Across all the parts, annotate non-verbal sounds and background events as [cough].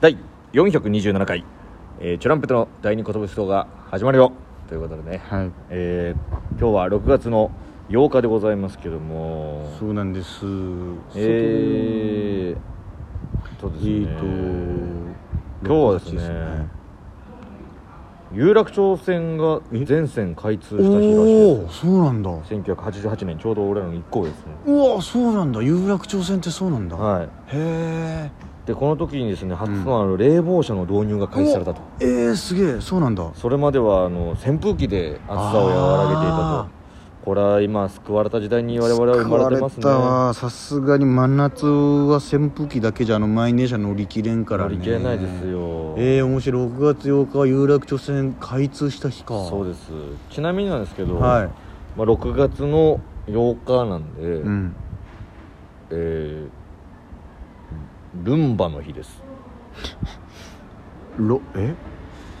第427回、えーチュランペットの第二寿動が始まるよということでね、はいえー今日は6月の8日でございますけどもそうなんでえすーそうえですねーと今日はですね有楽町線が全線開通した日らおおしいーそうなんだです1988年ちょうど俺らの1校ですねうわそうなんだ有楽町線ってそうなんだ、はいへでこの時にですね初となる冷房車の導入が開始されたと、ええー、すげえそうなんだそれまではあの扇風機で暑さを和らげていたあとこれは今救われた時代に我々は生まれてますね救われたわさすがに真夏は扇風機だけじゃあの満員電車乗り切れんから乗ねり切れないですよ、ええ面白い6月8日は有楽町線開通した日かそうですちなみになんですけど、はいまあ、6月の8日なんで、うんえールンバの日ですろえ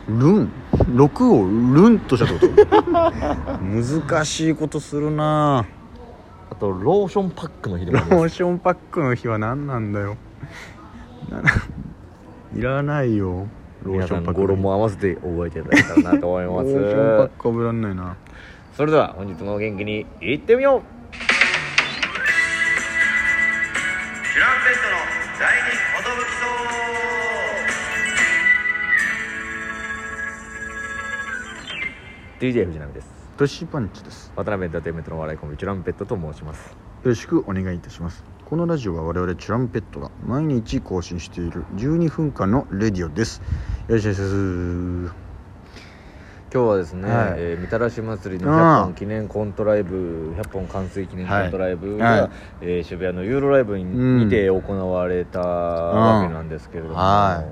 ルン6をルンとしたってこと難しいことするなあとローションパックの日でもロありまーすションパックの日は何なんだよないらないよ [laughs] ロー皆シさョンんパックの日も合わせて覚えていただけたらなと思います [laughs] ローションパック被らんないなそれでは本日も元気にいってみようチュランペットの第二寿 DJ 藤波ですトシパンチです渡辺エンターテインメントの笑いコンビチュランペットと申しますよろしくお願いいたしますこのラジオは我々チュランペットが毎日更新している12分間のレディオですよろしくお願いします今日はですね、はいえーみたらし祭りのあ100あ本記念コントライブ100本完成記念はいコントライブが、はいえー渋谷のユーロライブに,、うんて行われたわけなんですけれども、、は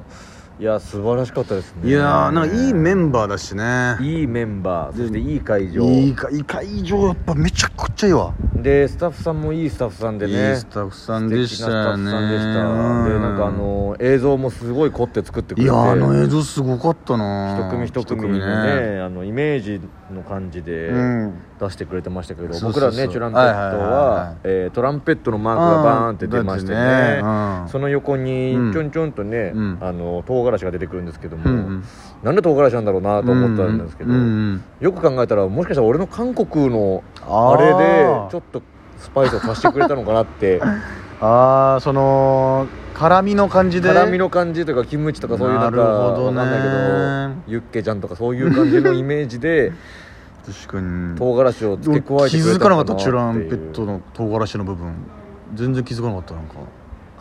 いや素晴らしかったですねいやーなんかいいメンバーだしねいいメンバーそしていい会場いいかいい会場やっぱめちゃくちゃいいわ、でスタッフさんもいいスタッフさんでねいいスタッフさんでした素よ敵ねなスタッフさんでしたでなんかあの映像もすごい凝って作ってくいれてやあの映像すごかったな一組一組にねあのイメージの感じでうん出してくれてましたけど、そう僕そうそうらねチュランペットはいはいはいははいえートランペットのマークがバーンって出ましてねうんだってねうんその横にうんちょんちょんとね、うんあの唐辛子が出てくるんですけども、うんうんなんで唐辛子なんだろうなと思ったんですけど、うんうんよく考えたらもしかしたら俺の韓国のああれでちょっっとスパイスを足してくれたのかなってとああその辛みの感じで辛みの感じとかキムチとかそういうなんかなるほどわかんねないけどユッケちゃんとかそういう感じのイメージで。確かに唐辛子を付け加えて気くれたづかなのかかなっったてチいュうランペットの唐辛子の部分全然気づかなかったなんか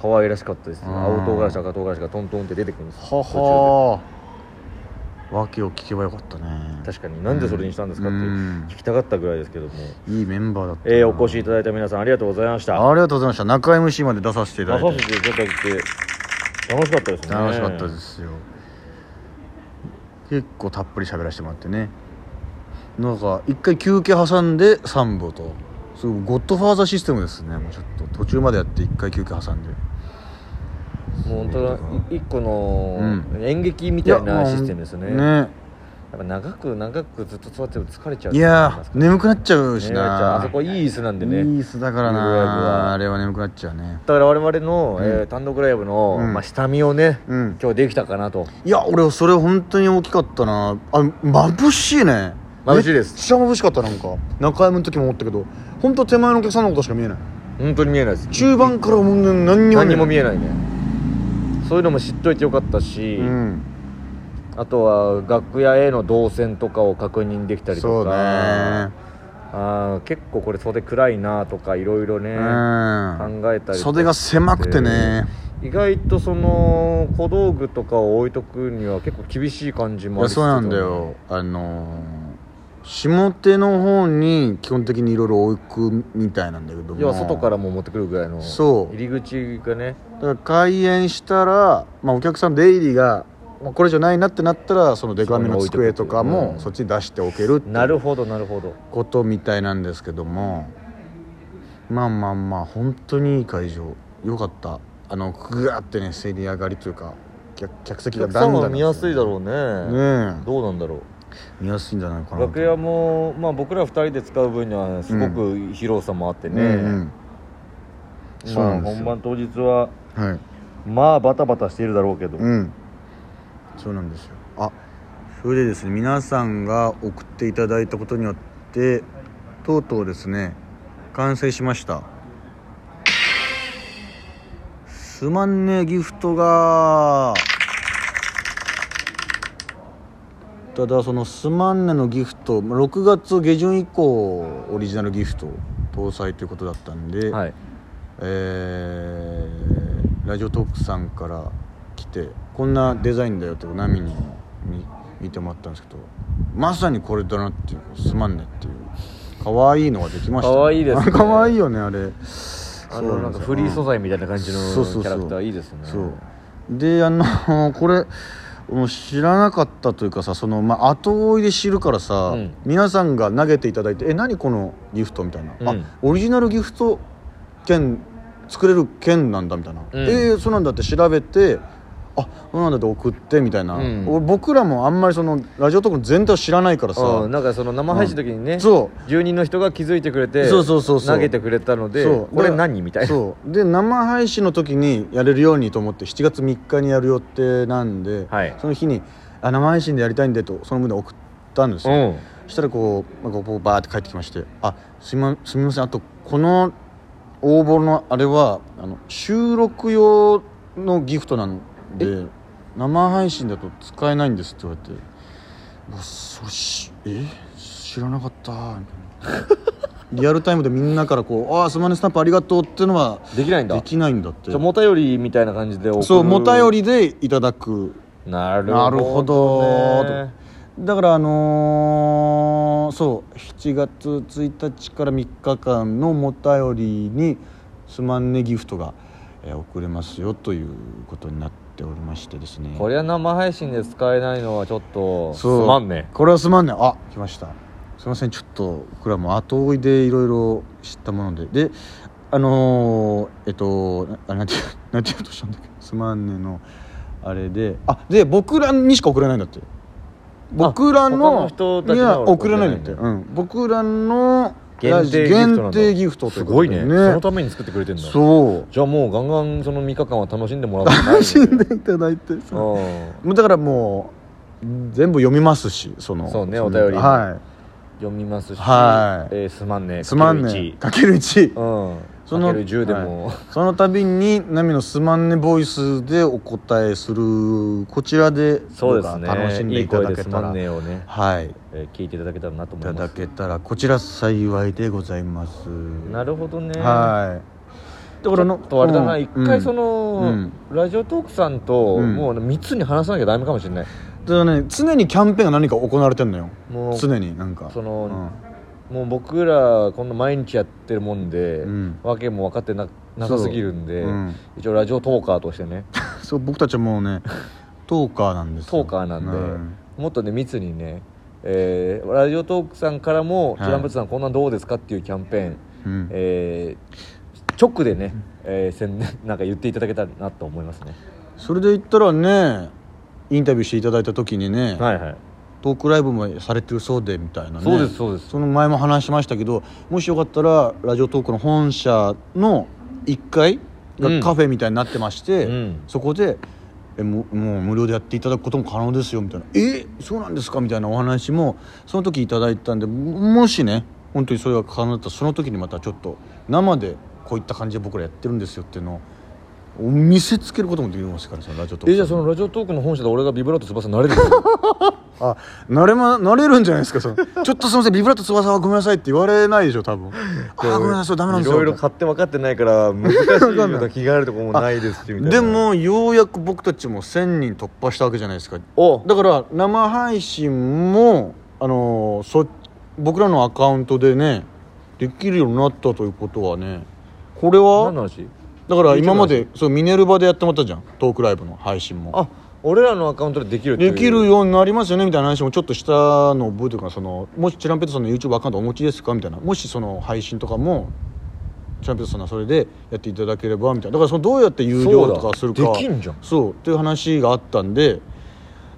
可愛らしかったですねうん青唐辛子赤唐辛子がトントンって出てくるんですよ途はは訳を聞けばよかったね中で確かになんでそれにしたんですかってうん聞きたかったぐらいですけども、いいメンバーだったなえーお越しいただいた皆さんありがとうございましたありがとうございました中 MC まで出させていただ出さいせてていただいて楽しかったですね楽しかったですよ結構たっぷり喋らせてもらってねなんか一回休憩挟んで3部とすごいゴッドファーザーシステムですねもうちょっと途中までやって一回休憩挟んでもう本当はい一個のう演劇みたいなシステムですね,、いやもうねやっぱ長く長くずっと座ってると疲れちゃういやーね眠くなっちゃうしじゃなああそこいい椅子なんでねいい椅子だからいいライブはなあれは眠くなっちゃうねだから我々の、えー単独ライブの、うんまあ、下見をね、うん今日できたかなといや俺それ本当に大きかったなあ眩しいね眩しいですめっちゃ眩しかったなんか中山の時も思ったけど本当手前のお客さんのことしか見えない本当に見えないです中盤からもう何にも何にも見ええないねそういうのも知っといてよかったし、ないうんあとは楽屋への動線とかを確認できたりそとうかねあー結構これ袖暗いなとかいろいろね、うん考えたりとか袖が狭くてね意外とその小道具とかを置いとくには結構厳しい感じいもあやりつつそうなんだよあのー下手の方に基本的にいろいろ置くみたいなんだけども要は外からも持ってくるぐらいのそう入り口がねだから開演したら、まあ、お客さん出入りが、まあ、これじゃないなってなったらそのデカめの机とかうんもそっちに出しておけるってないうるほどなるほどことみたいなんですけどもまあまあまあ本当にいい会場よかったあのグワーってねせり上がりというか客客席おが客さん段々は見やすいだろううねねどうなんだろうえ見やすいんじゃないかな楽屋も、まあ、僕ら2人で使う分にはすごく広さもあってね、うんそうまなあ、んですよ本番当日はうんはいまあバタバタしているだろうけど、うんそうなんですよあそれでですね皆さんが送っていただいたことによってとうとうですね完成しましたすまんねギフトがただそのすまんねのギフトまあ6月下旬以降オリジナルギフト搭載ということだったんで、はいえーラジオトークさんから来てこんなデザインだよってナミにも見見てもらったんですけどまさにこれだなっていうすまんねっていう可愛いのができました可愛いですね [laughs] 可愛いよねあれあそうのなんですかよフリー素材みたいな感じのそうそうそうキャラクターいいですねそうであの [laughs] これもう知らなかったというかさその、まあ、後追いで知るからさ、うん皆さんが投げていただいて「え何このギフト」みたいな、うんあオリジナルギフト券作れる券なんだみたいな、うんえーそうなんだって調べてあそうなんだって送ってみたいな、うん俺僕らもあんまりそのラジオトークの全体を知らないからさあーなんかその生配信の時にね、うんそう住人の人が気づいてくれてそうそうそうそう投げてくれたのでこれ何みたいなそうで生配信の時にやれるようにと思って7月3日にやる予定なんで、はいその日にあ生配信でやりたいんでとその分で送ったんですよ、んそしたらこうなんかこうバーって帰ってきまして「あすみませんすみませんあとこの応募のあれはあの収録用のギフトなんで生配信だと使えないんです」って言われて「うわそれしえ知らなかった」みたい [laughs] なリアルタイムでみんなからこう「ああすまねスタンプありがとう」ってのはできないんだできないんだっじてゃあもたよりみたいな感じで送るそうもたよりでいただくなるほど,、なるほどだからあのーそう7月1日から3日間のもたよりにすまんねギフトが、えー送れますよということになっておりましてですねこれは生配信で使えないのはちょっとすそうまんねこれはすまんねあ来ましたすいませんちょっと僕らも後追いでいろいろ知ったものでであのーえっとなあれなんて [laughs] 何て言おうとしたんだっけすまんねのあれであで僕らにしか送れないんだって僕らの他の人たちににはは送れないんだって、送うん、僕らの限定ギフトなんだ限定ギフトとすうこごといでねそのために作ってくれてんだそうじゃあもうガンガンその3日間は楽しんでもらって楽しんでいただいてそううんもうだからもう全部読みますしそのそうねのお便りはい読みますし、はいえーすまんねすまんかけるねかける1一うんそ [laughs] のかける10でも、その [laughs] 度にナミのすまんねボイスでお答えするこちらでそうですねどうか楽しんでいただいい声でけすたまらんねをね、はいいえー聞いていただけたらなと思たいまだすけたらこちら幸いでございますなるほどねはいだからのちょっとあれだなうん一回その、うんラジオトークさんと、うんもう密に話さなきゃダメかもしれないだからね常にキャンペーンが何か行われてんのよもう常になんかそのもう僕らこんな毎日やってるもんで、うんわけも分かってななさすぎるんで、そううん一応ラジオトーカーとしてねそう僕たちはもうねトーカーなんですよトーカーなんで、うんもっとね密にね、えーラジオトークさんからも「はいチュランプッツさんこんなんどうですか?」っていうキャンペーン、うんえー直でね、えー宣 [laughs] 伝なんか言っていただけたらなと思いますねそれで言ったらねインタビューしていただいた時にね、はいはいトークライブもされてるそうでみたいなねそうですそうですその前も話しましたけどもしよかったらラジオトークの本社の1階うんがカフェみたいになってまして、うんそこでえもうもう無料でやっていただくことも可能ですよみたいなえそうなんですかみたいなお話もその時いただいたんでももしね本当にそれが可能だったらその時にまたちょっと生でこういった感じで僕らやってるんですよっていうのをお見せつけることもできますからそのラジオトークえじゃあそのラジオトークの本社で俺がビブラート翼になれるのあ慣れ,、ま、慣れるんじゃないですかそ [laughs] のちょっとすみませんビブラート翼はごめんなさいって言われないでしょ多分あーごめんなさいダメなんですよろいろ買って分かってないから難しいような気があるとこもないですしみたいなでもようやく僕たちも1000人突破したわけじゃないですかおだから生配信も、あのーそ僕らのアカウントでねできるようになったということはねこれ何のは話だから YouTube の話今までそうミネルバでやってもらったじゃんトークライブの配信もあ俺らのアカウントでできるっていうできるようになりますよねみたいな話もちょっとしたのを覚えてるからそのもしチランペットさんの YouTube アカウントお持ちですかみたいなもしその配信とかもチランペットさんはそれでやっていただければみたいなだからそのどうやって有料とかするかそうだできんじゃんそうっていう話があったんで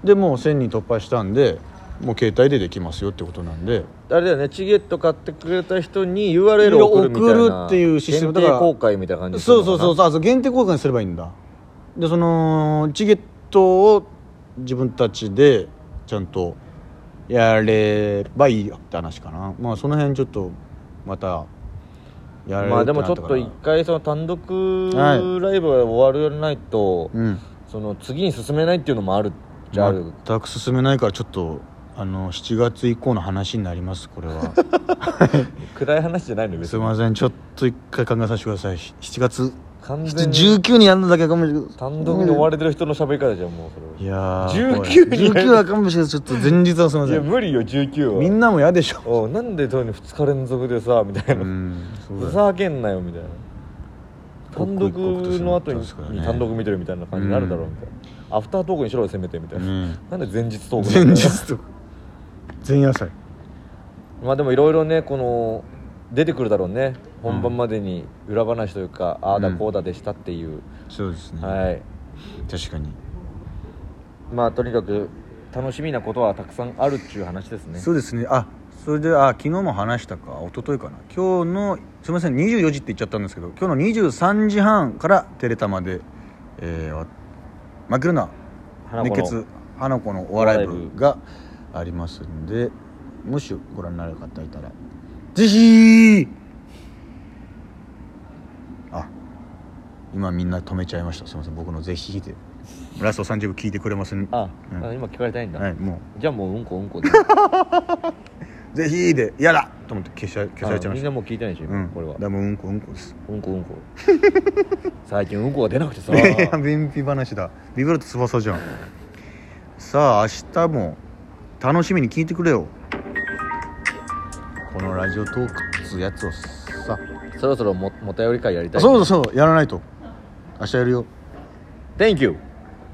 でもう1000人突破したんでもう携帯でできますよってことなんであれだよねチゲット買ってくれた人に URL を送るみたいな送るっていうシステムだ限から定公開みたいな感じそうそうそううそうあそう限定交換すればいいんだでそのチケットを自分たちでちゃんとやればいいよって話かなまあその辺ちょっとまたやれるまあてでなもたちょかっらと一回その単独ラはイブが終わらないと、うんその次に進めないっていうのもあるじゃある、全く進めないからちょっとあの7月以降の話になりますこ [laughs] れは暗い話じゃないの別すいにませんちょっと一回考えさせてください7月完全に19にやるのだけは勘弁してください単独に追われてる人の喋り方じゃんもうそれはいやー19に19は勘弁してくださいちょっと前日はすいまいせやん無理よ19はみんなも嫌でしょおうなんで特に2日連続でさみたいな、うんそうだふよざけんなよみたいな単独の後に刻一刻と迫ってますからね単独見てるみたいな感じになるだろうみたいな、アフタートークにしろよせめてみたいな、ねなんで前日トーク前なんだよ日と前夜祭まあでもいろいろねこの出てくるだろうね本番までに裏話というか、ああだこうだでしたっていう、そうですね、はい確かに、まあとにかく楽しみなことはたくさんあるっちゅう話ですねそうですねあそれであ昨日も話したか一昨日かな今日のすみません24時って言っちゃったんですけど今日の23時半からテレタマで、えーわ負けるな花子の熱血花子のお笑いお笑い部部がありますんでもしご覧になる方いたらぜひあ今みんな止めちゃいましたすみません僕の「ぜひ」でラスト30分聞いてくれませんあ、うんあ今聞かれたいんだ、はいもじゃあもううんこうん [laughs] こでう「ぜひ」で「嫌だ!」と思って消しゃ消されちゃあいまみんしたなもう聞いてないでしょ、うんこれはでもうんこうんこですうんこうんこ最近うんこが出な [laughs] くてさいやいや便秘話だビブラート翼じゃんさあ明日も楽しみに聞いてくれよこのラジオトークっつうやつをさそろそろももたより会やりたいそうそうやらないと明日やるよ Thank you